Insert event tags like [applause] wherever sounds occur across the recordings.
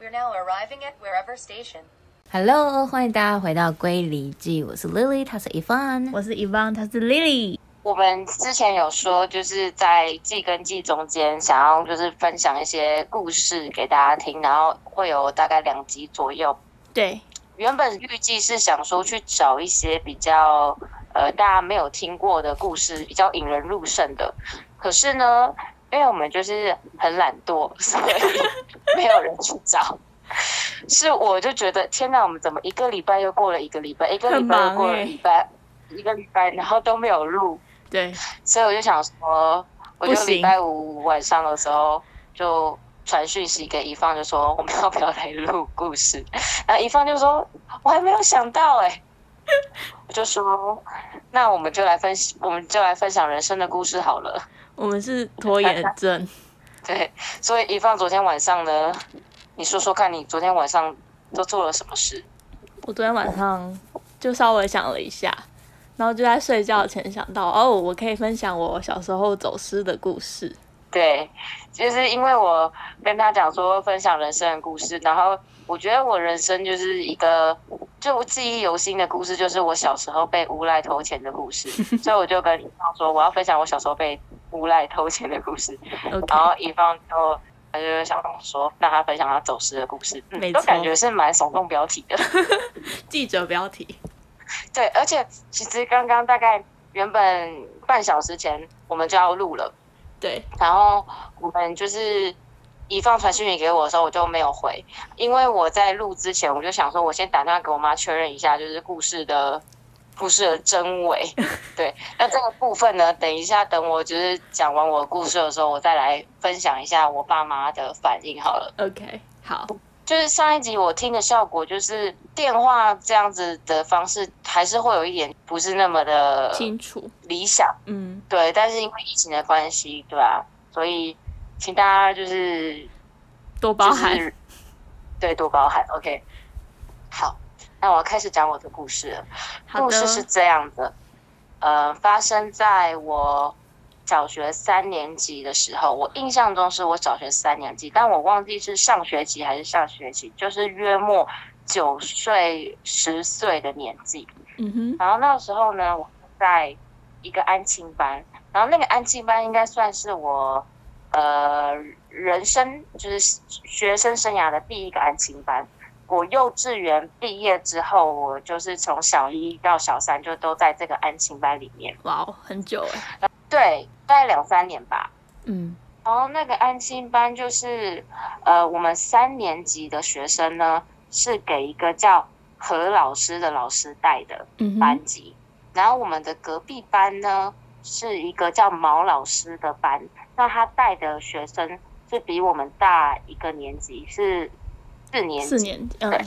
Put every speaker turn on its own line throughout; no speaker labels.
We're now arriving at wherever station.
Hello，欢迎大家回到《归离记》，我是 Lily，她是 Evan。
我是 Yvonne，她是 Lily。
我们之前有说，就是在季跟季中间，想要就是分享一些故事给大家听，然后会有大概两集左右。
对，
原本预计是想说去找一些比较呃大家没有听过的故事，比较引人入胜的。可是呢，因为我们就是很懒惰，所以 [laughs] 没有人去找。是我就觉得天哪，我们怎么一个礼拜又过了一个礼拜，一个礼拜
很
又
忙
过了
欸
礼拜，一个礼拜，然后都没有录。
对，
所以我就想说，我
不
就
行
礼拜五晚上的时候就传讯息给一方，就说我们要不要来录故事？ [laughs] 然后一方就说，我还没有想到哎、 [laughs] 我就说，那我们就来分析，我们就来分享人生的故事好了。 [laughs]
我们是拖延症。
对，所以一方昨天晚上呢，你说说看你昨天晚上都做了什么事？
我昨天晚上就稍微想了一下，然后就在睡觉前想到，哦，我可以分享我小时候走失的故事。
对，就是因为我跟他讲说分享人生的故事，然后我觉得我人生就是一个就我记忆犹新的故事，就是我小时候被无赖偷钱的故
[laughs]
事，所以我就跟一方说我要分享我小时候被无赖偷钱的故事，然
OK，
后一方就他就想说让他分享他走失的故事，
没
嗯，
错
都感觉是蛮耸动标题的。 [laughs]
记者标题。
对，而且其实刚刚大概原本半小时前我们就要录了。
对，
然后我们就是一放传讯息给我的时候，我就没有回，因为我在录之前，我就想说，我先打电话给我妈确认一下，就是故事的故事的真伪。对，那这个部分呢，等一下等我就是讲完我的故事的时候，我再来分享一下我爸妈的反应好了。
OK，好，
就是上一集我听的效果，就是电话这样子的方式，还是会有一点不是那么的
清楚。
理想。
嗯，
对，但是因为疫情的关系，对啊，所以请大家就是
多包
就
涵。
是对，多包涵。OK，好，那我要开始讲我的故事了。
好
故事是
的，
这样的，呃，发生在我小学三年级的时候，我印象中是我小学三年级，但我忘记是上学期还是下学期，就是约莫九岁、十岁的年纪。
嗯哼，
然后那时候呢，我在一个安庆班，然后那个安庆班应该算是我呃人生就是学生生涯的第一个安庆班。我幼稚园毕业之后，我就是从小一到小三就都在这个安庆班里面，
哇哦，很久哎。
对，大概两三年吧。
嗯，
然后那个安心班就是，呃，我们三年级的学生呢是给一个叫何老师的老师带的，
嗯哼，
班级。然后我们的隔壁班呢是一个叫毛老师的班，那他带的学生是比我们大一个年级，是四年
四
级。
年，嗯，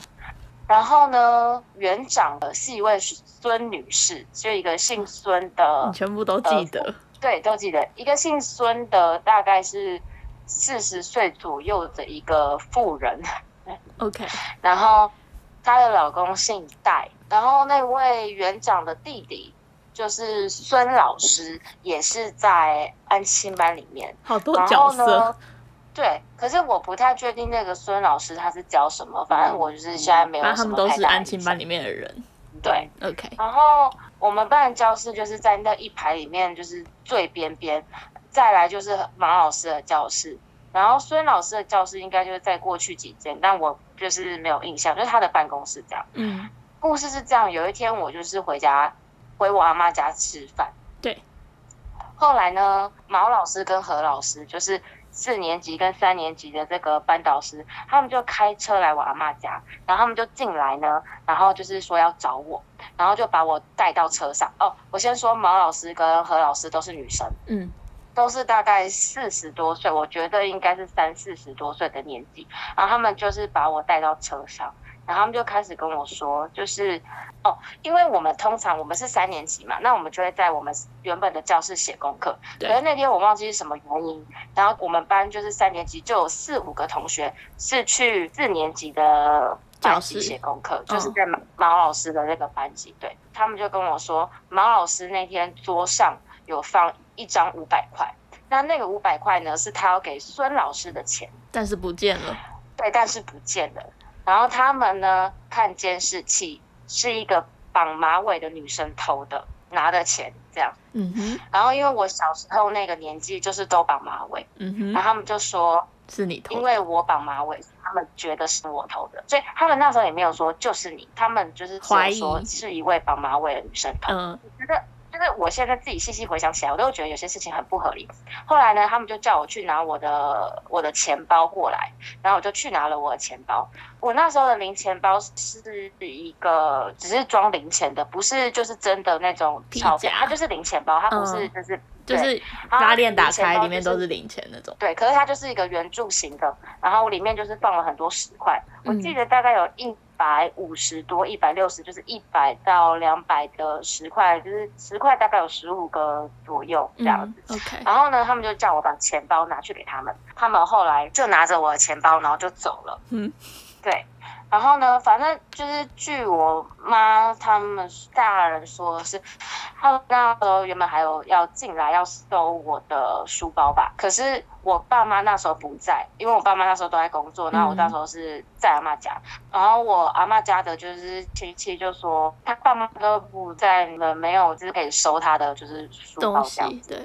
然后呢，园长的是一位孙女士，就一个姓孙的
你，全部都记得。
对，都记得一个姓孙的，大概是四十岁左右的一个妇人。呃
OK，
然后她的老公姓戴，然后那位园长的弟弟就是孙老师，也是在安亲班里面。
好多
然
角
后呢
色，？
对，可是我不太确定那个孙老师他是教什么，反正我就是现在没有
嗯反正他
什
们
么
都
太
是
大的
安亲班
印
里面的人。
象。对，
OK，
然后我们班的教室就是在那一排里面，就是最边边，再来就是马老师的教室，然后孙老师的教室应该就是再过去几间，但我就是没有印象，就是他的办公室这样。
嗯，
故事是这样，有一天我就是回家回我阿妈家吃饭，
对，
后来呢，毛老师跟何老师就是四年级跟三年级的这个班导师，他们就开车来我阿妈家，然后他们就进来呢，然后就是说要找我，然后就把我带到车上。哦，我先说毛老师跟何老师都是女生，
嗯，
都是大概四十多岁，我觉得应该是三四十多岁的年纪。然后他们就是把我带到车上，然后他们就开始跟我说，就是哦，因为我们通常我们是三年级嘛，那我们就会在我们原本的教室写功课。
对
可是那天我忘记是什么原因，然后我们班就是三年级就有四五个同学是去四年级的班级
教室
写功课，就是在毛毛老师的那个班级。对他们就跟我说，毛老师那天桌上有放一张五百块。那那个五百块呢，是他要给孙老师的钱，
但是不见了。
对，但是不见了。然后他们呢，看监视器，是一个绑马尾的女生偷的，拿的钱这样。
嗯哼，
然后因为我小时候那个年纪，就是都绑马尾，
嗯
然
哼，
后他们就说，
是你偷
因
的，
为我绑马尾，他们觉得是我偷的，所以他们那时候也没有说就是你，他们就是只有
怀疑
说是一位绑马尾的女生偷。
嗯
觉得就是我现在自己细细回想起来，我都觉得有些事情很不合理。后来呢，他们就叫我去拿我的我的钱包过来，然后我就去拿了我的钱包。我那时候的零钱包是一个只是装零钱的，不是就是真的那种
皮
钞票，
夹
它就是零钱包，它不是
嗯
就是、
就
对
是
然后
拉链打
零钱包
开，
就
里面都
是
是零钱那种。
对，可是它就是一个圆柱形的，然后里面就是放了很多十块，我
嗯
记得大概有一百五十多、一百六十，就是一百到两百的十块，就是十块大概有十五个左右这样
嗯
子。
，OK，
然后呢，他们就叫我把钱包拿去给他们，他们后来就拿着我的钱包，然后就走了。
嗯，
对。然后呢，反正就是据我妈他们大人说是，他们那时候原本还有要进来要搜我的书包吧，可是我爸妈那时候不在，因为我爸妈那时候都在工作，然后我
嗯
那时候是在阿妈家，然后我阿妈家的就是亲戚就说他爸妈都不在，你们没有就是可以收他的就是书包
东
这样
西对，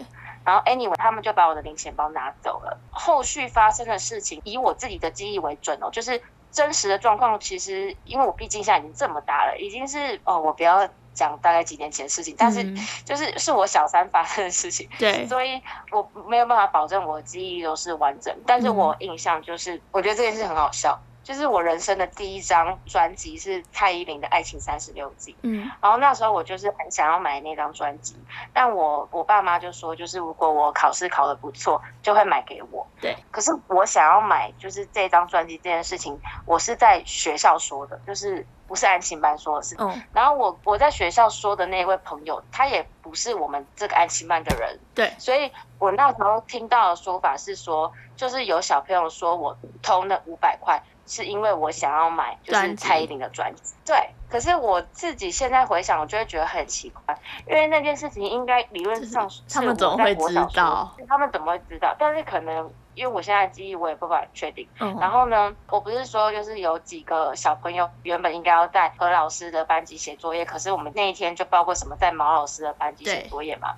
然后 anyway，他们就把我的零钱包拿走了。后续发生的事情，以我自己的记忆为准哦，就是真实的状况。其实，因为我毕竟现在已经这么大了，已经是哦，我不要讲大概几年前的事情，但是
嗯
就是是我小三发生的事情，
对，
所以我没有办法保证我的记忆都是完整。但是
嗯
我印象就是，我觉得这件事很好笑。就是我人生的第一张专辑是蔡依林的《爱情三十六计》，
嗯
然后哦那时候我就是很想要买那张专辑，但我我爸妈就说，就是如果我考试考得不错，就会买给我。
对，
可是我想要买就是这张专辑这件事情，我是在学校说的，就是不是安亲班说的是。
哦，
然后我我在学校说的那位朋友，他也不是我们这个安亲班的人，
对，
所以我那时候听到的说法是说，就是有小朋友说我偷那五百块，是因为我想要买就是
专辑
蔡依林的专辑。对，可是我自己现在回想，我就会觉得很奇怪，因为那件事情应该理论上
他们
是我
怎么
在
会
国
知
小时候
道？
他们怎么会知道？但是可能因为我现在的记忆，我也不法确定。
嗯，
然后呢，我不是说就是有几个小朋友原本应该要在何老师的班级写作业，可是我们那一天就包括什么在毛老师的班级写
对
作业嘛。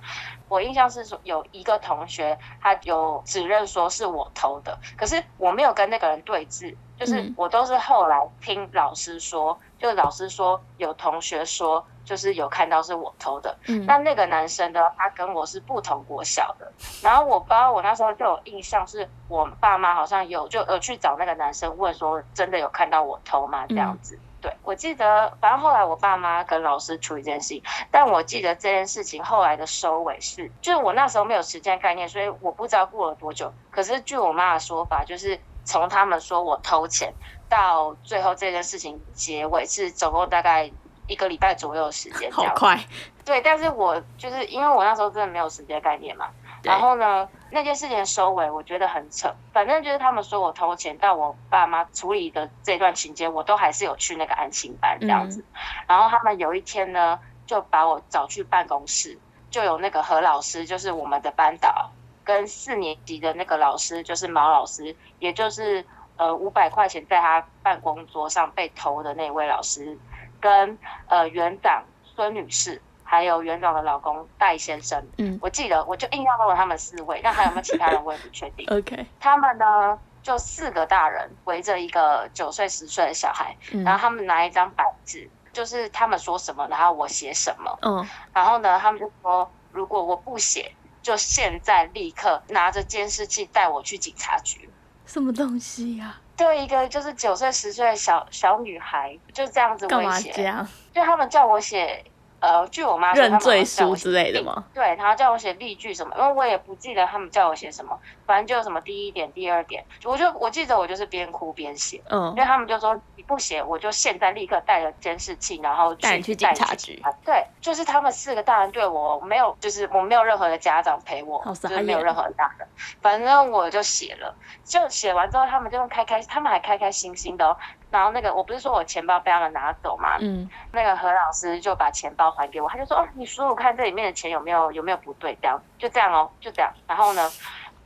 我印象是说有一个同学他有指认说是我偷的，可是我没有跟那个人对峙，就是
嗯
我都是后来听老师说，就老师说有同学说就是有看到是我偷的，
嗯
那那个男生呢，他跟我是不同国小的，然后我爸我那时候就有印象，是我爸妈好像有就有去找那个男生问说，真的有看到我偷吗？这
嗯
样子。对，我记得，反正后来我爸妈跟老师处理这件事情，但我记得这件事情后来的收尾是，就是我那时候没有时间概念，所以我不知道过了多久。可是据我妈的说法，就是从他们说我偷钱到最后这件事情结尾是总共大概一个礼拜左右的时间，这
好
样子。
快，
对，但是我就是因为我那时候真的没有时间概念嘛，
对
然后呢，那件事情的收尾我觉得很扯，反正就是他们说我偷钱，但我爸妈处理的这段期间，我都还是有去那个安亲班这样子。然后他们有一天呢，就把我找去办公室，就有那个何老师，就是我们的班导，跟四年级的那个老师，就是毛老师，也就是呃五百块钱在他办公桌上被偷的那位老师，跟呃园长孙女士，还有园长的老公戴先生。
嗯。
我记得我就印象中有他们四位，那还有没有其他人我也不确定
，OK，
他们呢，就四个大人围着一个九岁十岁的小孩，
嗯
然后他们拿一张白纸，就是他们说什么，然后我写什么。
嗯，
然后呢，他们就说，如果我不写，就现在立刻拿着监视器带我去警察局。
什么东西呀？
对一个就是九岁十岁的小小女孩就这样子
干
威
嘛这
胁，
样？
就他们叫我写，呃，据我妈说，
认
他们好像
罪
叫
书
我写
之类的
例
吗？
对，然后叫我写例句什么，因为我也不记得他们叫我写什么，反正就什么第一点、第二点，我就我记得我就是边哭边写，
嗯
因为他们就说你不写，我就现在立刻带着监视器，然后
带你去警察局
察对，就是他们四个大人对我没有，就是我没有任何的家长陪我，
好傻
就是没有
眼
任何大人，反正我就写了，就写完之后，他们就用开开，他们还开开心心的、哦。然后那个我不是说我钱包被他们拿走嘛，
嗯，
那个何老师就把钱包还给我，他就说：“哦，你数数看这里面的钱有没有有没有不对，这样就这样哦，就这样。”然后呢，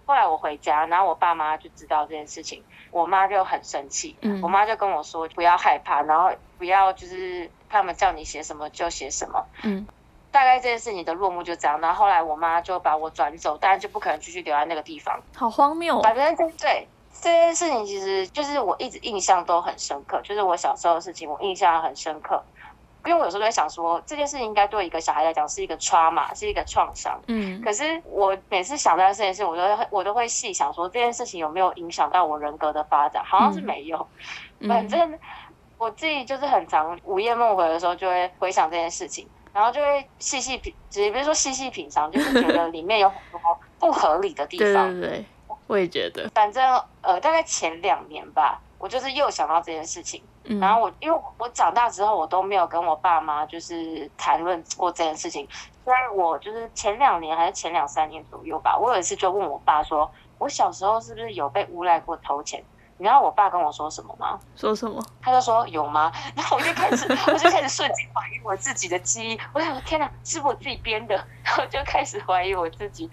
后来我回家，然后我爸妈就知道这件事情，我妈就很生气，
嗯
我妈就跟我说不要害怕，然后不要就是他们叫你写什么就写什么。
嗯
大概这件事情的落幕就这样，然后后来我妈就把我转走，当然就不可能继续留在那个地方。
好荒谬哦、
反正这对这件事情，其实就是我一直印象都很深刻，就是我小时候的事情，我印象很深刻。因为我有时候都在想说，这件事情应该对一个小孩来讲是一个 trauma，是一个创伤。
嗯
可是我每次想到这件事，我都会我都会细想说，这件事情有没有影响到我人格的发展？好像是没有。反
嗯
正我自己就是很常午夜梦回的时候，就会回想这件事情，然后就会细细品，也不是说细细品尝，就是觉得里面有很多不合理的地
对
方。
对对，我也觉得，
反正呃，大概前两年吧，我就是又想到这件事情，
嗯，
然后我因为我长大之后，我都没有跟我爸妈就是谈论过这件事情，所以我就是前两年还是前两三年左右吧，我有一次就问我爸说，我小时候是不是有被诬赖过偷钱？你知道我爸跟我说什么吗？
说什么？
他就说有吗？ [laughs] 然后我就开始，我就开始瞬间怀疑我自己的记忆。我想，天哪，是我自己编的。 [laughs] 然后就开始怀疑我自己。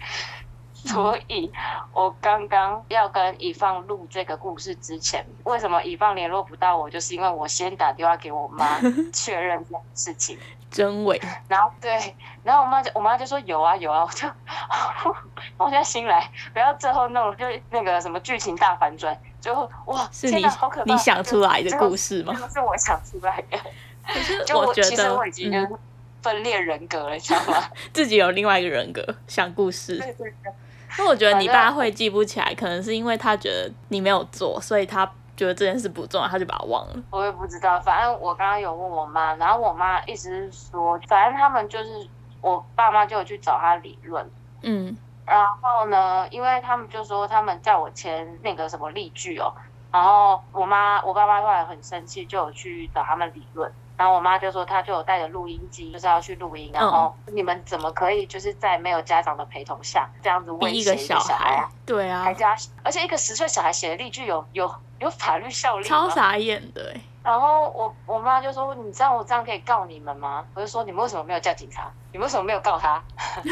所以，我刚刚要跟乙方录这个故事之前，为什么乙方联络不到我，就是因为我先打电话给我
[laughs]
妈确认这件事情。
真伪，
然后对，然后我妈就我妈就说有啊有啊，我就 [laughs] 我现在醒来，不要最后弄就是那个什么剧情大反转，最后哇，
是
天
你
哪，好可怕！
你想出来的
最后
故事吗
这？个是我想出来
[laughs]
的。
可是
就我
觉
其实
得
我已经就
嗯
是分裂人格了，你知道
[laughs]
吗？
自己有另外一个人格想故事，
对对对，
那我觉得你
反正
爸会记不起来，可能是因为他觉得你没有做，所以他觉得这件事不重要，他就把它忘了。
我也不知道。反正我刚刚有问我妈，然后我妈一直说，反正他们就是我爸妈就有去找他理论。
嗯
然后呢，因为他们就说他们叫我签那个什么例据哦，然后我妈我爸妈后来很生气，就有去找他们理论。然后我妈就说，她就有带着录音机，就是要去录音。
嗯
然后你们怎么可以就是在没有家长的陪同下这样子威
逼一
胁
个
一个
小
小孩啊
孩？，对
还
啊，
加，而且一个十岁小孩写的例句有有有法律效力吗
超傻眼
[laughs]
的、欸。
然后我我妈就说：“你知道我这样可以告你们吗？”我就说：“你们为什么没有叫警察？你们为什么没有告他？” [laughs]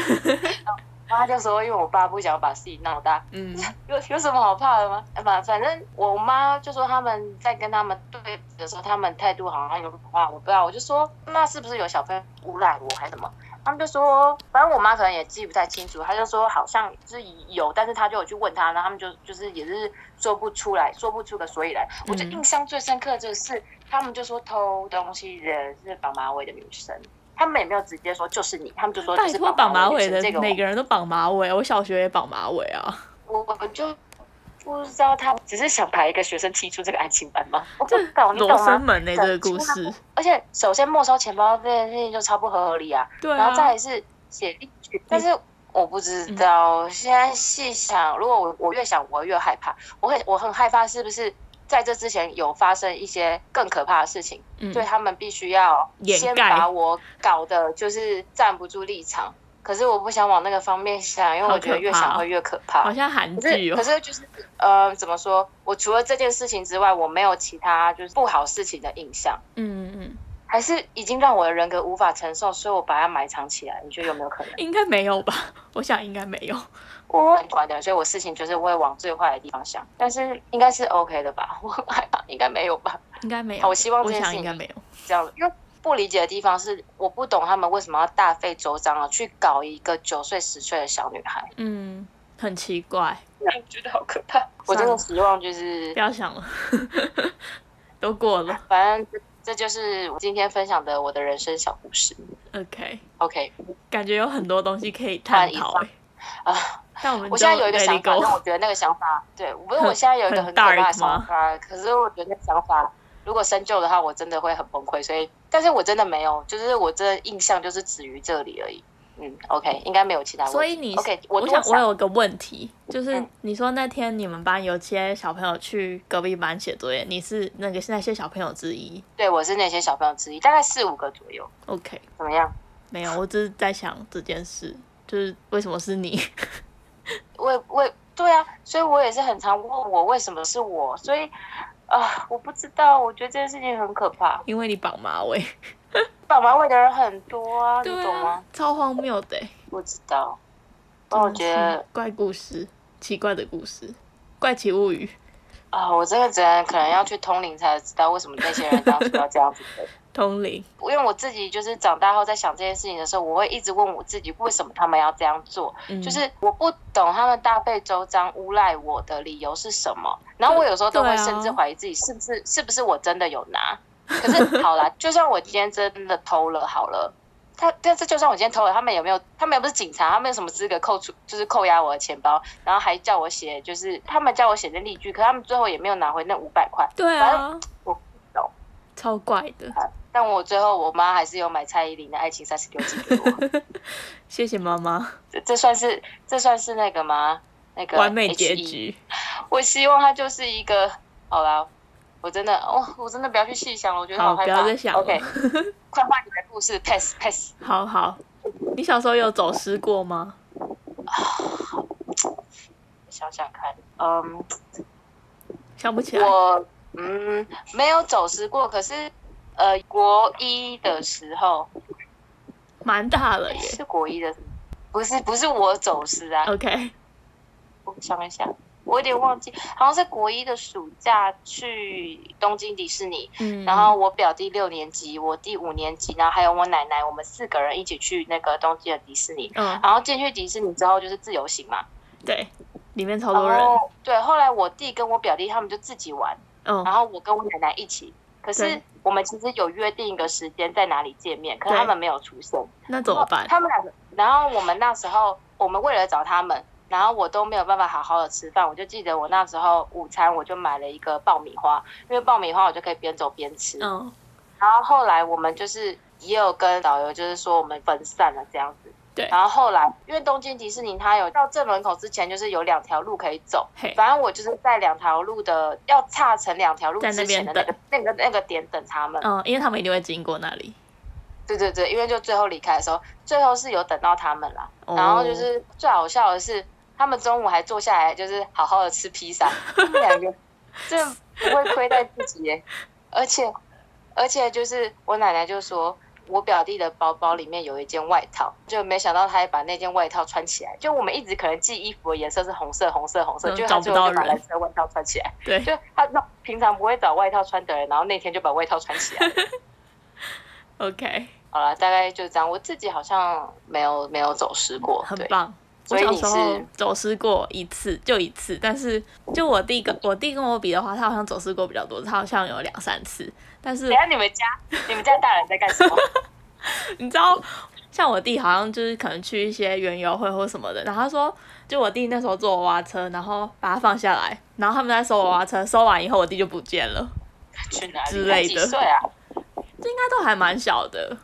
然后我妈就说：“因为我爸不想把事情闹大，
嗯
[laughs] 有有什么好怕的吗？反反正我妈就说他们在跟他们对的时候，他们态度好像有辱骂我，不知道。我就说那是不是有小朋友诬赖我还是什么？他们就说，反正我妈可能也记不太清楚，她就说好像是有，但是她就有去问他，然后他们就就是也是说不出来，说不出个所以然。我就
嗯
印象最深刻就是，他们就说偷东西的人是绑马尾的女生，他们也没有直接说就是你，他们就说就
拜
是
托，绑马
尾
尾
女生
的
这个我
每个人都绑马尾，我小学也绑马尾啊，
我我就不知道他只是想把一个学生踢出这个爱情班吗？我不懂，哦你懂
罗生
吗？
门呢、
懂
这个故事，
而且首先没收钱包这件事情就超不合理啊，
对
然后再
啊
来，是写例句，但是。我不知道，现在细想，如果我我越想，我越害怕，我很我很害怕，是不是在这之前有发生一些更可怕的事情？
嗯
所以他们必须要
掩
先
盖
把我搞的，就是站不住立场。可是我不想往那个方面想，因为
好
我觉得
可
越
怕
想
哦
会越可怕。
好像韩
可是
剧
可
哦，
是就是呃，怎么说？我除了这件事情之外，我没有其他就是不好事情的印象，
嗯嗯，
还是已经让我的人格无法承受，所以我把它埋藏起来。你觉得有没有可能？
应该没有吧？ [laughs] 我想应该没有，
[laughs] 我很乖的，所以我事情就是会往最坏的地方想，但是应该是 OK 的吧？我害怕应该没有吧？
应该没有。
好我希望这
我
件事
想
情
应该没有。
这样，因为不理解的地方是，我不懂他们为什么要大费周章啊去搞一个九岁十岁的小女孩，
嗯，很奇怪，
我觉得好可怕。 [laughs] 我真的希望就是
不要想了， [laughs] 都过了。
反正这就是我今天分享的我的人生小故事。
OK，
OK
感觉有很多东西可以探讨、
换
欸。
啊、
但我们
我现在有一个
let
想法，
it go
但我觉得那个想法，对，不是我现在有一个
很
很可怕
dark
的想法，可是我觉得那个想法如果深究的话，我真的会很崩溃。所以，但是我真的没有，就是我真的印象就是止于这里而已。嗯，OK，应该没有其他问题。
所以你
OK，
我
多
想
想
我有个问题，就是
嗯
你说那天你们班有些小朋友去隔壁班写作业，你是那个那些小朋友之一。
对我是那些小朋友之一，大概四五个左右，
OK，
怎么样？
没有，我只是在想这件事，就是为什么是你？ [laughs]
我也我也对啊，所以我也是很常问我为什么是我，所以啊、我不知道，我觉得这件事情很可怕。
因为你绑马尾，
绑马尾的人很多啊，你懂吗？
啊，超荒谬的欸、啊
哦不知道，但我觉
真
得
的是怪故事。奇怪的故事，《怪奇物语》。
啊、我这个只能可能要去通灵才知道为什么那些人当初要这样子做。
通灵，
因为我自己就是长大后在想这件事情的时候，我会一直问我自己，为什么他们要这样做？
嗯
就是我不懂他们大费周章诬赖我的理由是什么。然后我有时候都
对
会
啊
甚至怀疑自己是不是是不是我真的有拿。可是好
[laughs]
啦，就算我今天真的偷了好了，他但是就算我今天偷了，他们有没有？他们又不是警察，他们有什么资格扣除就是扣押我的钱包，然后还叫我写就是他们叫我写的例句，可他们最后也没有拿回那五百块。
对啊，
我不懂
超怪的。
但我最后我妈还是有买蔡依林的《爱情三十六计》给我，
谢谢妈妈，
这这算是这算是那个吗？那个
完美结
HE。
局。
我希望它就是一个好啦，我真的哦，我真的不要去细想了，我觉得
好，
害
不
怕。
要再想了。
OK，快换你的故事，pass pass。
好好，你小时候有走失过吗？
想想看，嗯，
想不起来。
我嗯没有走失过，可是呃国一的时候
蛮大了耶。
是国一的，不是不是我走失啊，
OK，
我想一下，我有点忘记，好像是国一的暑假去东京迪士尼，
嗯，
然后我表弟六年级，我弟五年级，然后还有我奶奶，我们四个人一起去那个东京的迪士尼。
嗯，
然后进去迪士尼之后就是自由行嘛，
对，里面超
然
多人。
后对，后来我弟跟我表弟他们就自己玩，然
嗯，
后我跟我奶奶一起。可是
对
我们其实有约定一个时间在哪里见面，可是他
对
们没有出现。
那怎么办？
他们两个，然后我们那时候，我们为了找他们，然后我都没有办法好好的吃饭。我就记得我那时候午餐我就买了一个爆米花，因为爆米花我就可以边走边吃。
嗯，
然后后来我们就是也有跟导游就是说我们分散了这样子。
对
然后后来因为东京迪士尼它有到正门口之前就是有两条路可以走，
嘿，
反正我就是在两条路的要岔成两条路
在那
之前的那
边
个那个那个点等他们。
嗯，因为他们一定会经过那里。
对对对，因为就最后离开的时候，最后是有等到他们啦。
哦
然后就是最好笑的是，他们中午还坐下来，就是好好的吃披
[laughs]
萨，他们两个真的不会亏待自己耶。而且，而且就是我奶奶就说，我表弟的包包里面有一件外套，就没想到他还把那件外套穿起来。就我们一直可能记衣服的颜色是红色、红色、红色，
嗯
就他
找不
最后
到
就把
人
蓝色外套穿起来。
对，
就他那平常不会找外套穿的人，然后那天就把外套穿起来。
OK，
好了，大概就这样。我自己好像没有没有走失过，
很
对，
棒。我
所以
小
你
时候
是
走失过一次，就一次，但是就我弟跟我弟跟我比的话，他好像走失过比较多，他好像有两三次。但是
等一下你们家你们家大人在干什
[laughs]
么？
你知道，像我弟好像就是可能去一些园游会或什么的，然后他说，就我弟那时候坐娃娃车，然后把它放下来，然后他们在收娃娃车，收完以后我弟就不见了，
去哪里？
之类的
你几岁啊？
这应该都还蛮小的，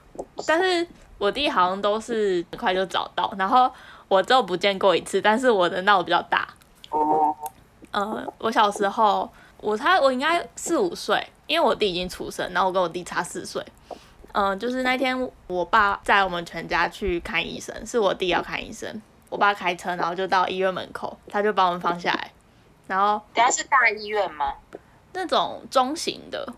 但是我弟好像都是很快就找到，然后我只有不见过一次，但是我的闹比较大，
哦，
呃，我小时候，我猜我应该四五岁，因为我弟已经出生，然后我跟我弟差四岁。嗯、就是那天我爸载我们全家去看医生，是我弟要看医生，我爸开车，然后就到医院门口，他就把我们放下来，然后
等一下是大医院吗？
那种中型的，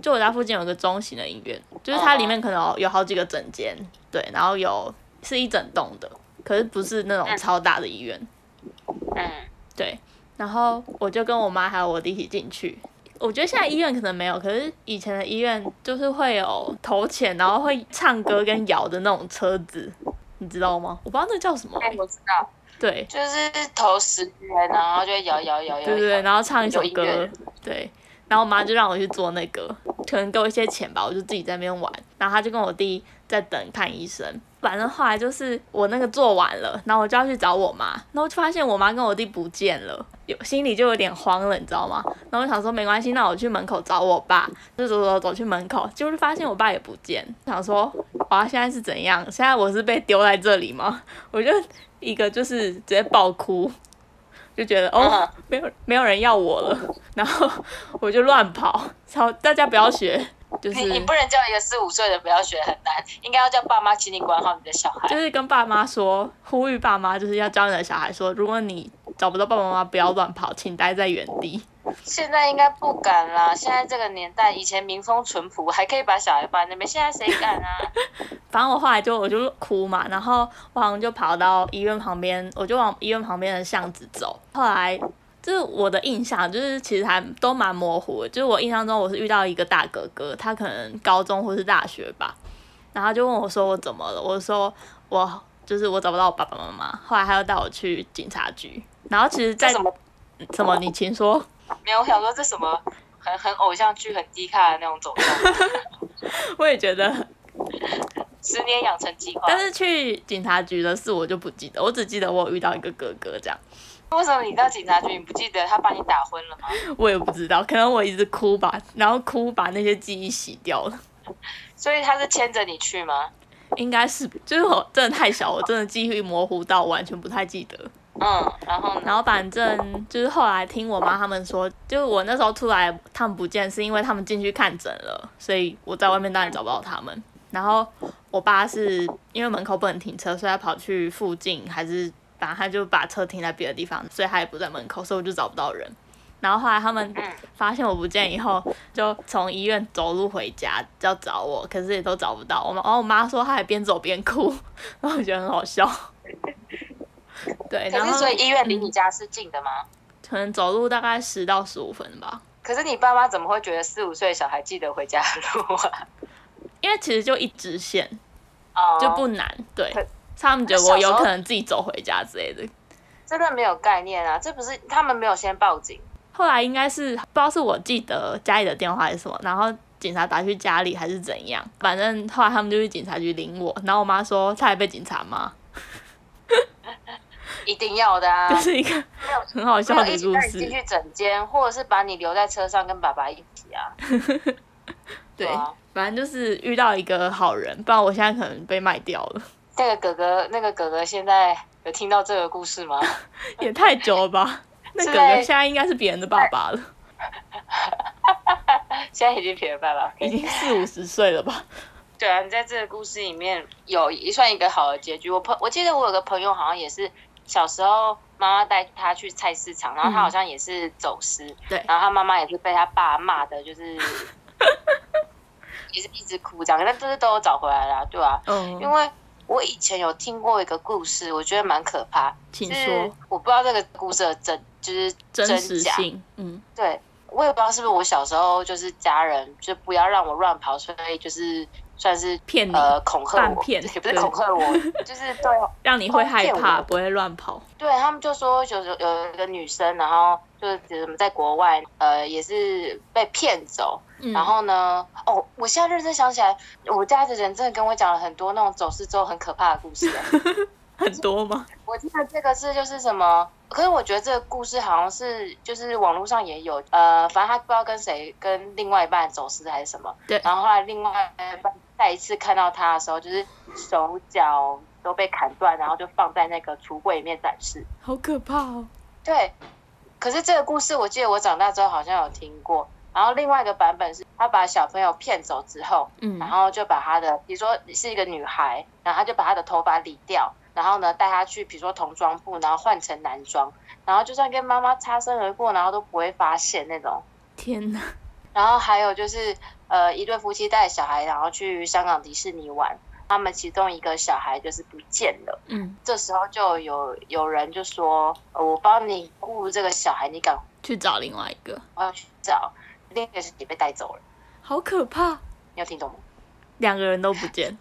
就我家附近有一个中型的医院，就是它里面可能有有好几个诊间，对，然后有是一整栋的，可是不是那种超大的医院，
嗯，
对，然后我就跟我妈还有我弟一起进去。我觉得现在医院可能没有，可是以前的医院就是会有投钱，然后会唱歌跟摇的那种车子，你知道吗？我不知道那叫什么、
哎，我知道，
对
就是投十元，然后就会摇摇摇摇。
对对对，
摇
然后唱一首
有音
歌
乐，
对。然后我妈就让我去做那个，可能给我一些钱吧，我就自己在那边玩。然后她就跟我弟在等看医生。反正后来就是我那个做完了，然后我就要去找我妈，然后就发现我妈跟我弟不见了，有心里就有点慌了，你知道吗？然后我想说没关系，那我去门口找我爸，就走走走去门口，结果就发现我爸也不见，想说哇现在是怎样？现在我是被丢在这里吗？我就一个就是直接爆哭，就觉得哦
嗯
没有没有人要我了，然后我就乱跑，超大家不要学，就是
哎你你不能叫一个四五岁的不要学，很难，应该要叫爸妈，请你管好你的小孩
就。是跟爸妈说，呼吁爸妈就是要教你的小孩说，如果你找不到爸爸妈妈，不要乱跑，请待在原地。
现在应该不敢啦，现在这个年代，以前民风淳朴，还可以把小孩放在那边，现在谁敢
[laughs]
啊？
反正我后来就我就哭嘛，然后我好像就跑到医院旁边，我就往医院旁边的巷子走。后来就是我的印象，就是其实还都蛮模糊的。就是我印象中我是遇到一个大哥哥，他可能高中或是大学吧，然后他就问我说我怎么了，我说我就是我找不到我爸爸妈妈。后来他又带我去警察局，然后其实在
这什么？
什么你请说。 [laughs]
没有，我想说这什么很很偶像剧、很低咖的那种走向，
我也觉得，
十年养成计划。
但是去警察局的事我就不记得，我只记得我有遇到一个哥哥这样，
为什么你到警察局，你不记得他把你打昏了吗？
我也不知道，可能我一直哭吧，然后哭把那些记忆洗掉了，
所以他是牵着你去吗？
应该是就是我真的太小，我真的记忆模糊到完全不太记得。
嗯，然后呢？
然后反正就是后来听我妈他们说，就是我那时候出来他们不见，是因为他们进去看诊了，所以我在外面当然找不到他们。然后我爸是因为门口不能停车，所以他跑去附近，还是反正他就把车停在别的地方，所以他也不在门口，所以我就找不到人。然后后来他们发现我不见以后，就从医院走路回家要找我，可是也都找不到。我妈，然后我妈说她还边走边哭， [laughs] 然后我觉得很好笑。 [laughs] 对，然
可
后
是所以医院离你家是近的吗？
可能走路大概十到十五分吧。
可是你爸妈怎么会觉得四五岁的小孩记得回家的路啊？
因为其实就一直线，
哦
[laughs] 就不难，对
可。
他们觉得
那小
我
时
有
候
可能自己走回家之类的。
真的没有概念啊！这不是他们没有先报警，
后来应该是不知道是我记得家里的电话还是什么，然后警察打去家里还是怎样，反正后来他们就去警察局领我，然后我妈说她还被警察骂，
一定要的啊！
就是一个
没有
很好笑
没有
的
一起
故
带你进
事。
去整间，或者是把你留在车上跟爸爸一起啊。
对
对啊，
反正就是遇到一个好人，不然我现在可能被卖掉了， [laughs]
那个哥哥，那个哥哥现在有听到这个故事吗？ [laughs]
也太久了吧？那哥哥
在
现在应该是别人的爸爸了，
现在已经撇了爸爸。
已经四五十岁了吧？
对啊，你在这个故事里面有也算一个好的结局。我朋我记得我有个朋友好像也是小时候妈妈带他去菜市场，然后
嗯
他好像也是走失，
对
然后他妈妈也是被他爸骂的，就是
[laughs]
也是一直哭这样，但就是都有找回来了啊、对啊，因
嗯，
为我以前有听过一个故事，我觉得蛮可怕，
请
是
说
我不知道这个故事的真就是
真实
假，
性，嗯。
对，我也不知道是不是我小时候就是家人就不要让我乱跑，所以就是算是
骗你
呃恐吓
嗯半
我，
骗
[laughs] 也不是
对
恐吓我，就是对
让你会害
哦骗
怕，
我
不会乱跑。
对他们就说有有有一个女生，然后就是怎么在国外呃也是被骗走，
嗯
然后呢哦，我现在认真想起来，我家的人真的跟我讲了很多那种走失之后很可怕的故事、啊
很多吗？
[laughs] 我记得这个是就是什么，可是我觉得这个故事好像是就是网络上也有，呃，反正他不知道跟谁跟另外一半走失还是什么，
对
然后后来另外一半再一次看到他的时候，就是手脚都被砍断，然后就放在那个橱柜里面展示。
好可怕哦！
对，可是这个故事我记得我长大之后好像有听过，然后另外一个版本是他把小朋友骗走之后，
嗯
然后就把她的，比如说是一个女孩，然后他就把她的头发理掉，然后呢带她去，比如说童装部，然后换成男装，然后就算跟妈妈擦身而过，然后都不会发现那种。
天哪，
然后还有就是，呃，一对夫妻带小孩，然后去香港迪士尼玩，他们其中一个小孩就是不见了。
嗯，
这时候就有有人就说，呃、我帮你雇这个小孩，你赶
[laughs] 去找另外一个，
快去找。另一个是你被带走了，
好可怕，
你有听懂吗？
两个人都不
[laughs]
见。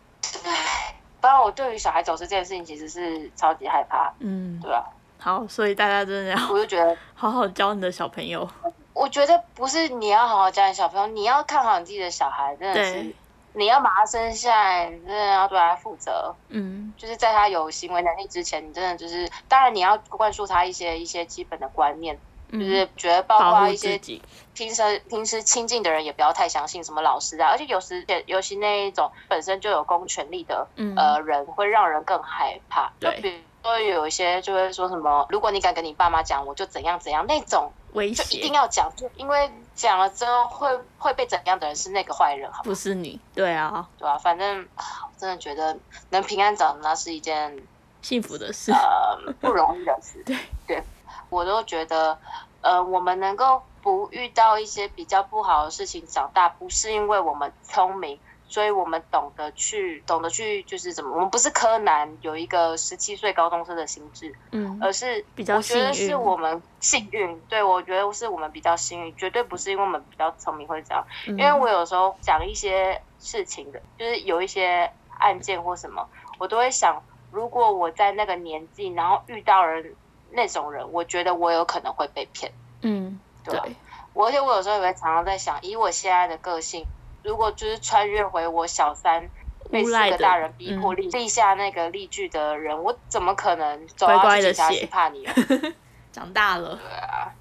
不然我对于小孩走失这件事情其实是超级害怕，
嗯，
对啊，
好，所以大家真的要
我就觉得，
好好教你的小朋友。
我觉得不是你要好好教你小朋友，你要看好你自己的小孩，真的
对
是，，你要把他生下来，你真的要对他负责。
嗯，
就是在他有行为能力之前，你真的就是，当然你要灌输他一些一些基本的观念，
嗯
就是觉得包
保
括
护
一
自
些
己。
平时平时亲近的人也不要太相信什么老师啊，而且有时尤其那一种本身就有公权力的
嗯
呃人，会让人更害怕。就
对
比如说有一些就会说什么，如果你敢跟你爸妈讲，我就怎样怎样那种，
威
就一
胁
定要讲，就因为讲了之后会会被怎样的人是那个坏人，好
不是你，对啊，
对吧、反正啊我真的觉得能平安长大是一件
幸福的事。
呃不容易的事。
对
对，我都觉得呃我们能够不遇到一些比较不好的事情长大，不是因为我们聪明，所以我们懂得去懂得去就是怎么，我们不是柯南有一个十七岁高中生的心智，
嗯，
而是
比较
我觉得
幸运
是我们幸运，对我觉得是我们比较幸运，绝对不是因为我们比较聪明或者怎样。
因
因为我有时候讲一些事情的，就是有一些案件或什么，我都会想，如果我在那个年纪，然后遇到人那种人，我觉得我有可能会被骗，
嗯，
对啊吧？
对，
我而且我有时候也会常常在想，以我现在的个性，如果就是穿越回我小三。被
诬
四
赖
个
的
大人逼迫
嗯
立立下那个例句的人，我怎么可能走
乖
到
乖
去警
地
察
写
去怕
[laughs]
你啊？啊
长大了，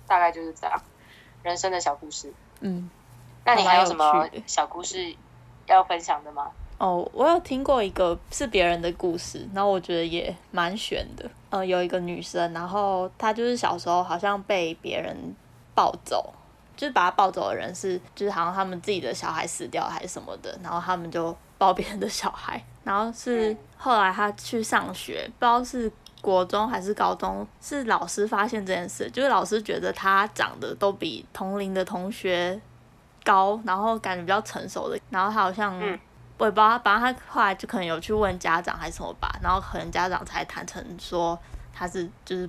大概就是这样，人生的小故事。
嗯，
那你还
还蛮
有
有
什么
趣的
小故事要分享的吗？
哦，我有听过一个是别人的故事，然后我觉得也蛮悬的。呃，有一个女生，然后她就是小时候好像被别人抱走，就是把她抱走的人是，就是好像他们自己的小孩死掉还是什么的，然后他们就抱别人的小孩， [laughs] 然后是
嗯
后来她去上学，不知道是国中还是高中，是老师发现这件事，就是老师觉得她长得都比同龄的同学高，然后感觉比较成熟的，然后她好像、
嗯
我也不知道，反正她后来就可能有去问家长还是什么吧，然后可能家长才坦诚说她是就是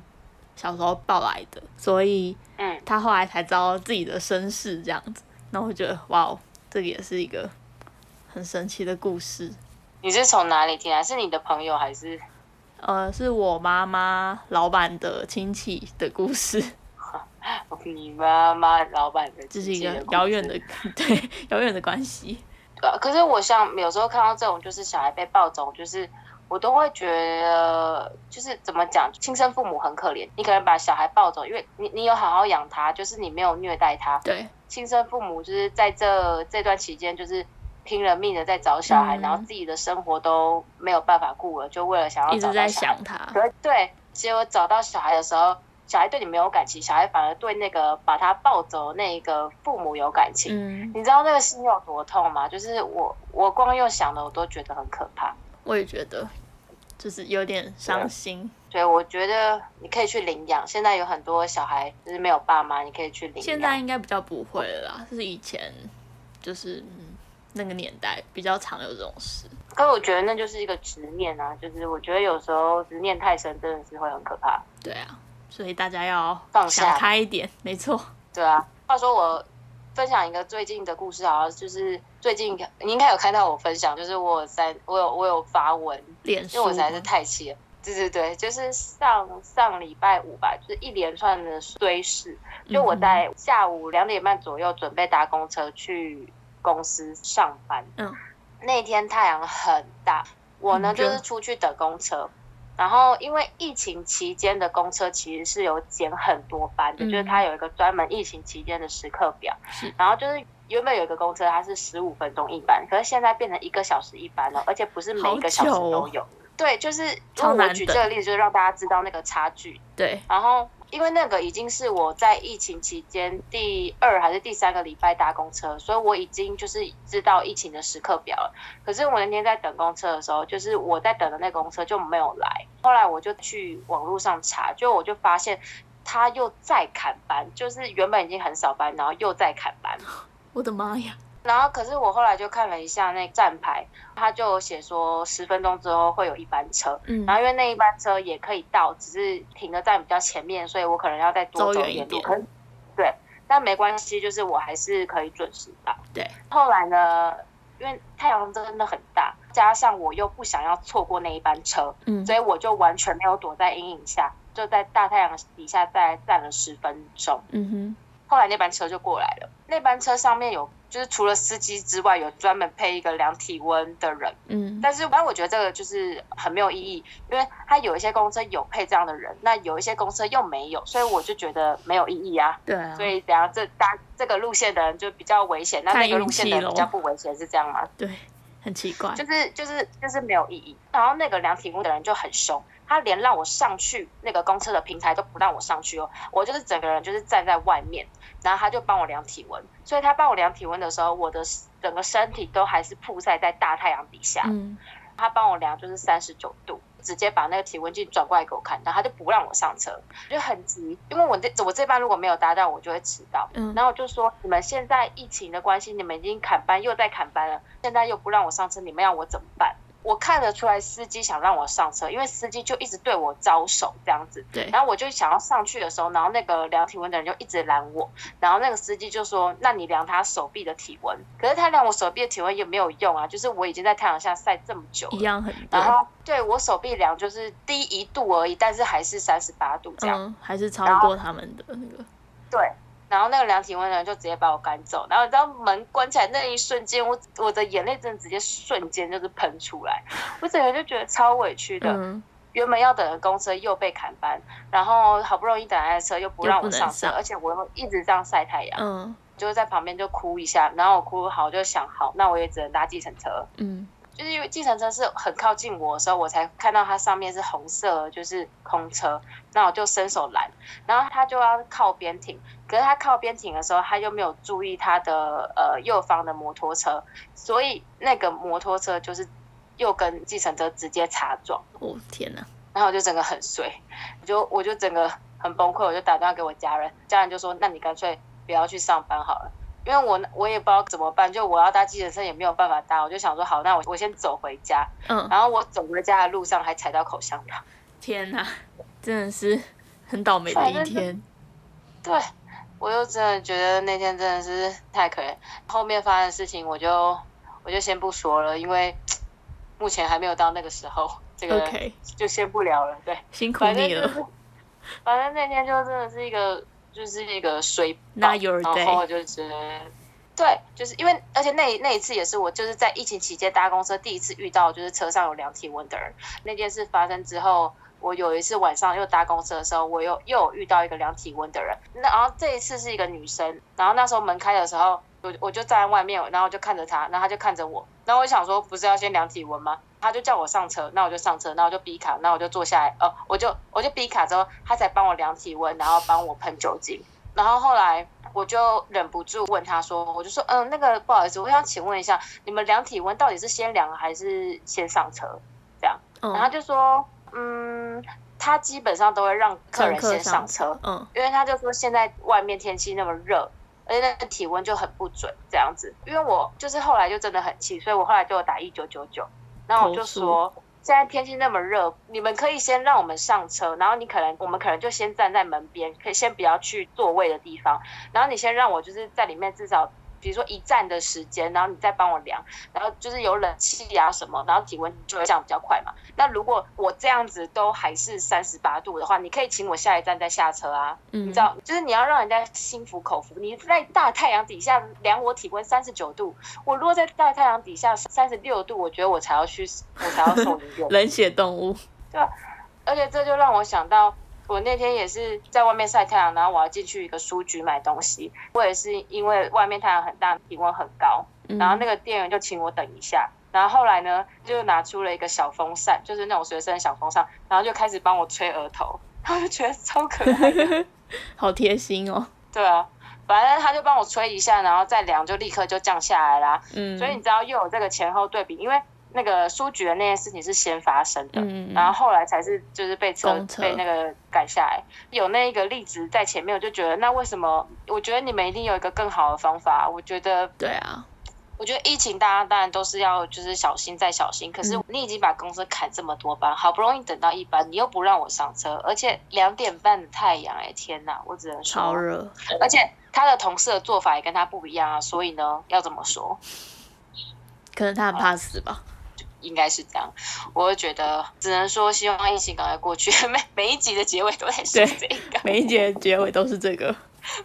小时候抱来的，所以
嗯，
他后来才知道自己的身世这样子，然后我觉得哇哦，这个也是一个很神奇的故事。
你是从哪里听来？是你的朋友还是？
呃，是我妈妈老板的亲戚的故事，
你妈妈老板的
这
[laughs] 亲
是一
戚
个
的故事
遥远的 [laughs] 对遥远的关系。
对啊可是我像有时候看到这种，就是小孩被抱走，就是我都会觉得，就是怎么讲，亲生父母很可怜。你可能把小孩抱走，因为你你有好好养他，就是你没有虐待他。
对，
亲生父母就是在这这段期间，就是拼了命的在找小孩，
嗯
然后自己的生活都没有办法顾了，就为了想要
一直
找
在
到小孩。
想他。
可是 [laughs] 对，结果找到小孩的时候，小孩对你没有感情，小孩反而对那个把他抱走那个父母有感情。
嗯，
你知道那个心有多痛吗？就是我，我光用想的我都觉得很可怕，
我也觉得就是有点伤心。
所以我觉得你可以去领养。现在有很多小孩就是没有爸妈，你可以去领养。
现在应该比较不会了啦，是以前就是、嗯、那个年代比较常有这种事。
可我觉得那就是一个执念啊，就是我觉得有时候执念太深，真的是会很可怕。
对啊，所以大家要
放下
想开一点，没错。
对啊，话说我分享一个最近的故事，好像就是最近你应该有看到我分享，就是我有在我有我有发文，
脸书
因为我实在是太气了。对对对，就是上上礼拜五吧，就是一连串的衰事。就
嗯
我在下午两点半左右准备搭公车去公司上班，
嗯，
那天太阳很大，我呢
很热
就是出去等公车，然后因为疫情期间的公车其实是有减很多班的，
嗯
就是它有一个专门疫情期间的时刻表
是，
然后就是。原本有一个公车，它是十五分钟一班，可是现在变成一个小时一班了，而且不是每一个小时
好久哦
都有。对，就是因
超
为
难
我举这
等
个例子，就是让大家知道那个差距。
嗯对，
然后因为那个已经是我在疫情期间第二还是第三个礼拜搭公车，所以我已经就是知道疫情的时刻表了。可是我那天在等公车的时候，就是我在等的那公车就没有来。后来我就去网络上查，就我就发现他又再砍班，就是原本已经很少班，然后又再砍班。
我的妈呀！
然后可是我后来就看了一下那站牌，他就有写说十分钟之后会有一班车，
嗯
然后因为那一班车也可以到，只是停的站比较前面，所以我可能要再多
走
走
远
点
一
路。
点
可是对，但没关系，就是我还是可以准时到。
对，
后来呢，因为太阳真的很大，加上我又不想要错过那一班车，
嗯
所以我就完全没有躲在阴影下，就在大太阳底下再站了十分钟。
嗯哼，
后来那班车就过来了，那班车上面有就是除了司机之外，有专门配一个量体温的人。
嗯
但是，但我觉得这个就是很没有意义，因为它有一些公车有配这样的人，那有一些公车又没有，所以我就觉得没有意义啊。
对啊
所，以等下这搭这个路线的人就比较危险，那
看
那个路线的
运
人
气咯哎
比较不危险，是这样吗？
对，很奇怪
就。是就是就是没有意义。然后那个量体温的人就很凶，他连让我上去那个公车的平台都不让我上去哦，我就是整个人就是站在外面，然后他就帮我量体温，所以他帮我量体温的时候，我的整个身体都还是曝晒在大太阳底下。
嗯，
他帮我量就是三十九度，直接把那个体温计转过来给我看，然后他就不让我上车，我就很急，因为我这我这班如果没有搭到，我就会迟到。
嗯
然后我就说，你们现在疫情的关系，你们已经砍班又在砍班了，现在又不让我上车，你们要我怎么办？我看得出来司机想让我上车，因为司机就一直对我招手这样子。
对
然后我就想要上去的时候，然后那个量体温的人就一直拦我，然后那个司机就说：“那你量他手臂的体温。”可是他量我手臂的体温也没有用啊，就是我已经在太阳下晒这么久
一
了。
样很
然
热，
后对我手臂量就是低一度而已，但是还是三十八度这样。
嗯，还是超
然后
过他们的那个，
对。然后那个量体温的人就直接把我赶走，然后你知道门关起来那一瞬间，我我的眼泪真的直接瞬间就是喷出来，我整个就觉得超委屈的。
嗯，
原本要等的公车又被砍班，然后好不容易等来的车又不让我上车，
又不能上
而且我又一直这样晒太阳，
嗯
就在旁边就哭一下，然后我哭好我就想好，那我也只能搭计程车，
嗯
就是因为计程车是很靠近我的时候，我才看到它上面是红色，就是空车，那我就伸手拦，然后他就要靠边停，可是他靠边停的时候，他又没有注意他的呃右方的摩托车，所以那个摩托车就是又跟计程车直接擦撞。
我、哦天哪，
然后我就整个很碎，我就我就整个很崩溃，我就打电话给我家人，家人就说：“那你干脆不要去上班好了。”因为我我也不知道怎么办，就我要搭计程车也没有办法搭，我就想说好，那我我先走回家。
嗯，
然后我走回家的路上还踩到口香糖，
天哪，真的是很倒霉的一天，
对我就真的觉得那天真的是太可怜。后面发生的事情我就我就先不说了，因为目前还没有到那个时候，这个
OK
就先不聊了。对，
辛苦
反正
你
就
了，
是，反正那天就真的是一个，就是一个水爆，
Not your
然后我就觉得，对，就是因为，而且那那一次也是我就是在疫情期间搭公车第一次遇到，就是车上有量体温的人。那件事发生之后，我有一次晚上又搭公车的时候，我又又有遇到一个量体温的人。那然后这一次是一个女生，然后那时候门开的时候，我我就站在外面，然后我就看着她，然后她就看着我，然后我就想说，不是要先量体温吗？她就叫我上车，那我就上车，那我就逼卡，那我就坐下来，哦，我就我就逼卡之后，她才帮我量体温，然后帮我喷酒精。然后后来我就忍不住问他说，我就说，嗯，那个不好意思，我想请问一下，你们量体温到底是先量还是先上车？这样，然后他
嗯
就说，嗯，他基本上都会让客人先上车，
嗯
因为他就说现在外面天气那么热，而且那个体温就很不准这样子。因为我就是后来就真的很气，所以我后来就有打一九九九，然后我就说。现在天气那么热，你们可以先让我们上车，然后你可能我们可能就先站在门边，可以先不要去座位的地方，然后你先让我就是在里面至少比如说一站的时间，然后你再帮我量，然后就是有冷气啊什么，然后体温就会降比较快嘛。那如果我这样子都还是三十八度的话，你可以请我下一站再下车啊。你
嗯
知，道，就是你要让人家心服口服。你在大太阳底下量我体温三十九度，我如果在大太阳底下三十六度，我觉得我才要去，我才要送医
[laughs]
院。
冷血动物，
而且这就让我想到，我那天也是在外面晒太阳，然后我要进去一个书局买东西，我也是因为外面太阳很大，体温很高，
嗯
然后那个店员就请我等一下。然后后来呢，就拿出了一个小风扇，就是那种随身的小风扇，然后就开始帮我吹额头，然后就觉得超可爱的。
好贴心哦，
对啊，反正他就帮我吹一下，然后再量就立刻就降下来啦。
嗯，
所以你知道又有这个前后对比，因为那个书局的那件事情是先发生的，
嗯嗯嗯
然后后来才是就是被车
公车
被那个赶下来。有那个例子在前面，我就觉得那为什么？我觉得你们一定有一个更好的方法。我觉得，
对啊，
我觉得疫情大家当然都是要就是小心再小心，可是
嗯
你已经把公司砍这么多班，好不容易等到一班，你又不让我上车，而且两点半的太阳，哎天哪，我只能说
超热，
而且他的同事的做法也跟他不一样啊，所以呢，要怎么说，
可能他很怕死吧，
应该是这样。我就觉得只能说，希望疫情赶快过去。 [laughs] 每每一集的结尾都在说这
对
个，
每一节结尾都是这
[laughs]
个，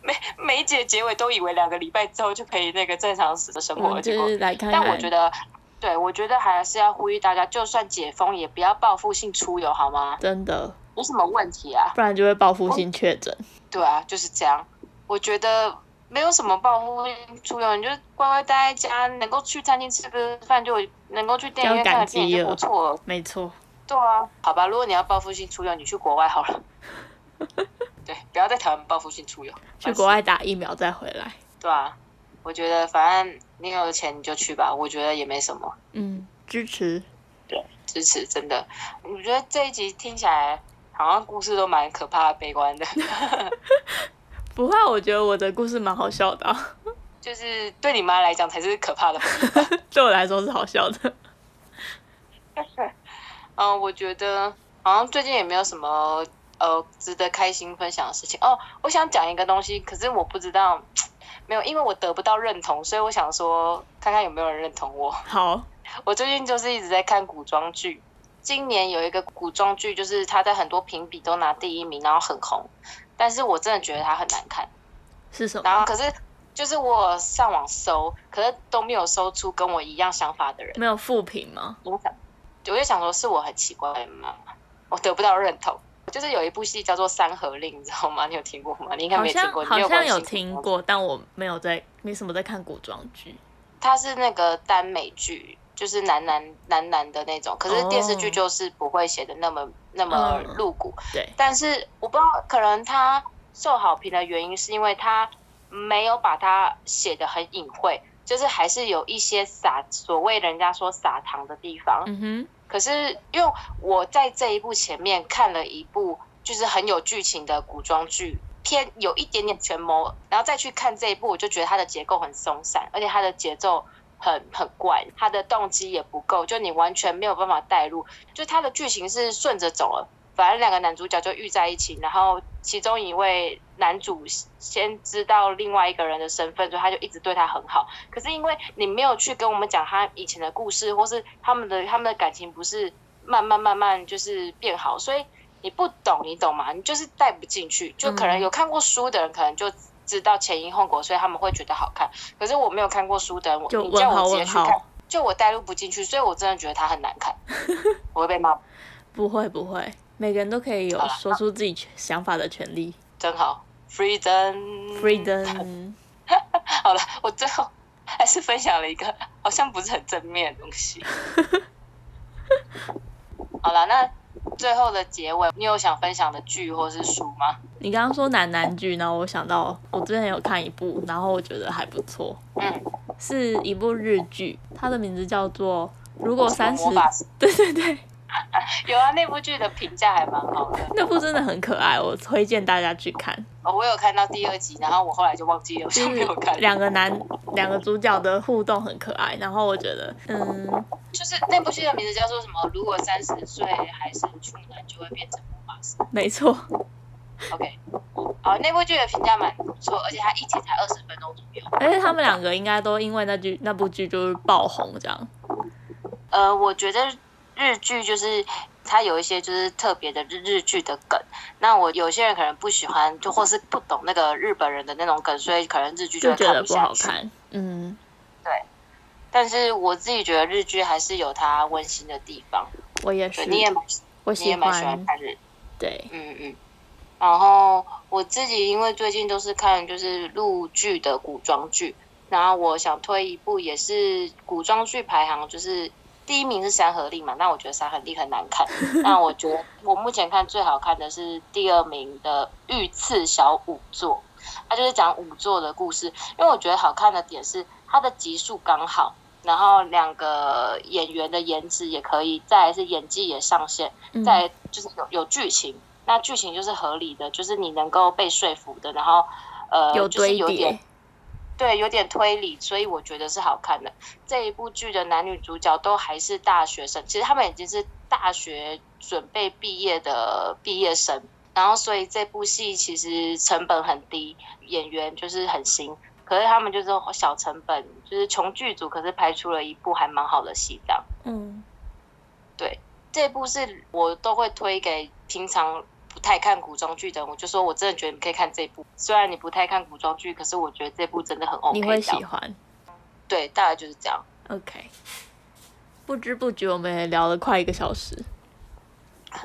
每每一集的结尾都以为两个礼拜之后就可以那个正常的生
我
活了，
们
结
嗯就
果
是来看看，
但我觉得。对，我觉得还是要呼吁大家，就算解封，也不要报复性出游，好吗？
真的，
有什么问题啊？
不然就会报复性确诊，
对啊，就是这样。我觉得没有什么报复性出游，你就乖乖待在家，能够去餐厅吃个饭就能够去电影院
这样
看
感
个电影
激
就
了
不错了。
没错，
对啊，好吧，如果你要报复性出游，你去国外好了。对，不要在台湾报复性出游，
去国外打疫苗再回来，
对啊。我觉得反正你有钱你就去吧，我觉得也没什么。
嗯，支持，
支持，真的。我觉得这一集听起来好像故事都蛮可怕、悲观的， [laughs]
不会啊，我觉得我的故事蛮好笑的、啊， [laughs]
就是对你妈来讲才是可怕的。
对我来说是好笑的。
嗯、我觉得好像最近也没有什么呃值得开心分享的事情哦。我想讲一个东西，可是我不知道，没有，因为我得不到认同，所以我想说看看有没有人认同我。
好，
我最近就是一直在看古装剧，今年有一个古装剧，就是它在很多评比都拿第一名，然后很红，但是我真的觉得它很难看。
是什
然后
么？
可是就是我有上网搜，可是都没有搜出跟我一样想法的人。
没有复评吗？
我想，我就想说，是我很奇怪吗？我得不到认同。就是有一部戏叫做《三合令》，你知道吗？你有听过吗？你应该
好
没听
像
过，你
好
没有
像
关心
有听。过，但我没有在，没什么在看古装剧。
它是那个耽美剧，就是男男男男的那种，可是电视
哦
剧就是不会写的那么、那么
嗯
露骨。
对，
但是我不知道，可能他受好评的原因是因为他没有把它写的很隐晦，就是还是有一些撒所谓人家说撒糖的地方。
嗯哼，
可是因为我在这一部前面看了一部就是很有剧情的古装剧，偏有一点点权谋，然后再去看这一部，我就觉得它的结构很松散，而且它的节奏很很怪，它的动机也不够，就你完全没有办法带入，就它的剧情是顺着走了。反正两个男主角就遇在一起，然后其中一位男主先知道另外一个人的身份，所以他就一直对他很好。可是因为你没有去跟我们讲他以前的故事，或是他们的他们的感情不是慢慢慢慢就是变好，所以你不懂，你懂吗？你就是带不进去，就可能有看过书的人，可能就知道前因后果，所以他们会觉得好看。可是我没有看过书的人，我
就
你叫
问号
我直接
问
去看
号，，
就我带入不进去，所以我真的觉得他很难看，我会被骂，
不会不会，每个人都可以有
好啦
说出自己权想法的权利。
真好，freedom。
Freedom，
好了，我最后还是分享了一个好像不是很正面的东西。 [laughs] 好了，那最后的结尾，你有想分享的剧或是书吗？
你刚刚说男男剧，然后我想到我之前有看一部，然后我觉得还不错，
嗯，
是一部日剧，它的名字叫做《如果三十
魔》法师。
[laughs] 对对对，
[laughs] 有啊，那部剧的评价还蛮好的、
那部真的很可爱，我推荐大家去看。
哦我有看到第二集，然后我后来就忘记了，我就没有看。
两个男两个主角的互动很可爱，然后我觉得，嗯，
就是那部剧的名字叫做什么？如果三十岁还是处男，就会变成魔法师。
没错，
OK，好，那部剧的评价蛮不错，而且它一集才二十分钟左右。
而且他们两个应该都因为那剧那部剧就是爆红这样。
呃，我觉得日剧就是它有一些就是特别的日日剧的梗，那我有些人可能不喜欢，就或是不懂那个日本人的那种梗，所以可能日剧
就
会
觉
看
得
不
不
下
好
去。
看。嗯，
但是我自己觉得日剧还是有它温馨的地方，
我也是
对，，你也蛮
我
你也
喜
蛮喜欢
欢，
看日，
对，
嗯嗯。然后我自己因为最近都是看就是陆剧的古装剧，然后我想推一部也是古装剧排行就是第一名是《山河令》嘛，那我觉得《山河令》很难看，那我觉得我目前看最好看的是第二名的《御赐小仵作》，它就是讲仵作的故事。因为我觉得好看的点是它的集数刚好，然后两个演员的颜值也可以，再来是演技也上线，
嗯
再来就是有有剧情，那剧情就是合理的，就是你能够被说服的，然后呃，
有
就是
堆
有点
叠，
对，有点推理，所以我觉得是好看的。这一部剧的男女主角都还是大学生，其实他们已经是大学准备毕业的毕业生，然后所以这部戏其实成本很低，演员就是很新，可是他们就是小成本，就是穷剧组，可是拍出了一部还蛮好的戏这样。
嗯，
这部是我都会推给平常不太看古装剧的人，我就说我真的觉得你可以看这部，虽然你不太看古装剧，可是我觉得这部真的很 OK，
你会
这样
喜欢。
对，大概就是这样。
OK，不知不觉我们也聊了快一个小时，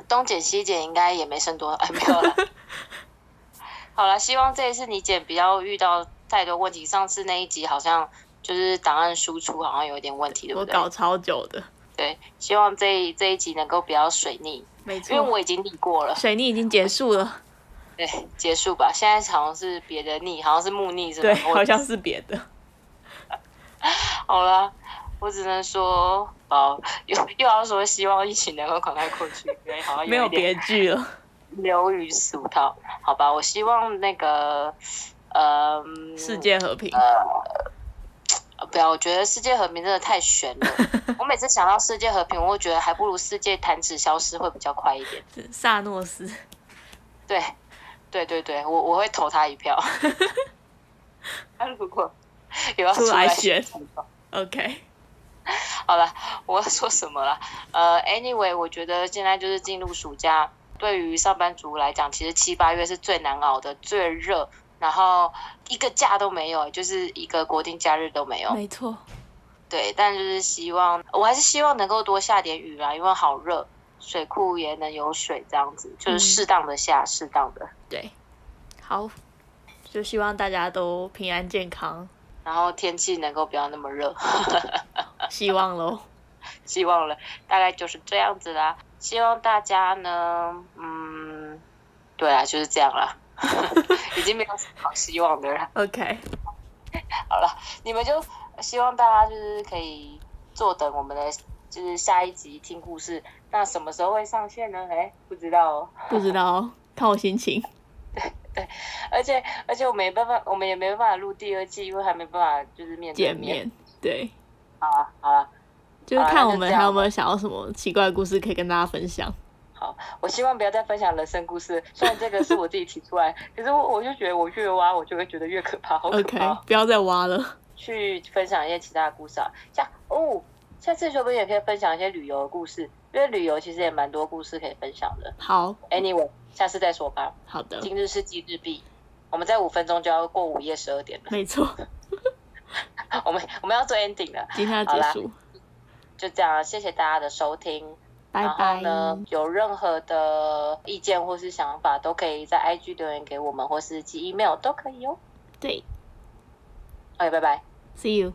东剪西剪应该也没剩多少，哎，没有了。好了，希望这一次你剪不要遇到太多问题。上次那一集好像就是档案输出好像有一点问题，对
我
不对？
搞超久的，
对，希望这一这一集能够比较水逆，
没
因为
错，
我已经逆过了。
水逆已经结束
[laughs]
了，
对，哎结束吧。现在好像是别的逆，好像是木逆是吗？
对，
我
好像是别的。
[laughs] 好啦，我只能说，哦，又又要说希望疫情能够赶快过去，因为好像
没
有
有
一点
别句了。
流于俗套，好吧？我希望那个，呃，
世界和平，
呃不要，我觉得世界和平真的太悬 [laughs] 了。我每次想到世界和平，我会觉得还不如世界弹指消失会比较快一点。
萨诺斯，
对，对对对，我我会投他一票。 [laughs] 他如果有要
出
出
来
来
选
选的话
OK，
好了， [laughs] 我要说什么了？呃，anyway，我觉得现在就是进入暑假，对于上班族来讲，其实七八月是最难熬的，最热，然后一个假都没有，就是一个国定假日都没有。
没错，
对，但就是希望，我还是希望能够多下点雨啦，因为好热，水库也能有水，这样子就是
嗯
适当的下，适当的。
对，好，就希望大家都平安健康，
然后天气能够不要那么热，呃
希望
[laughs]
喽。
希望了，大概就是这样子啦。希望大家呢，嗯，对啊，就是这样啦， [laughs] 已经没有什么好希望的了。
OK，
好了，你们就希望大家就是可以坐等我们的就是下一集听故事。那什么时候会上线呢？哎，不知道哦。
不知道哦，看我心情。
而且而且我没办法，我们也没办法录第二季，因为还没办法就是面对
见面，对，
好啊，好啊，
就是
好
看
那
我
就
们
这样
还有没有想要什么奇怪的故事可以跟大家分享。
好。我希望不要再分享人生故事，虽然这个是我自己提出
[laughs]
来，可是我我就觉得我越挖，我就会觉得越可怕，好可
OK，
怕哦。
不要再挖了。
去分享一些其他的故事啊，像哦，下次说不定也可以分享一些旅游的故事，因为旅游其实也蛮多故事可以分享的。
好，
Anyway，下次再说吧。
好的，
今日是记日币，我们在五分钟就要过午夜十二点了， [laughs]
没错，
我们我们要做 ending 了，
今天要结束，
就这样，谢谢大家的收听。
拜
然后
拜。
呢，有任何的意见或是想法，都可以在 IG 留言给我们，或是寄 email 都可以哦。
对
OK，拜拜。
，See you。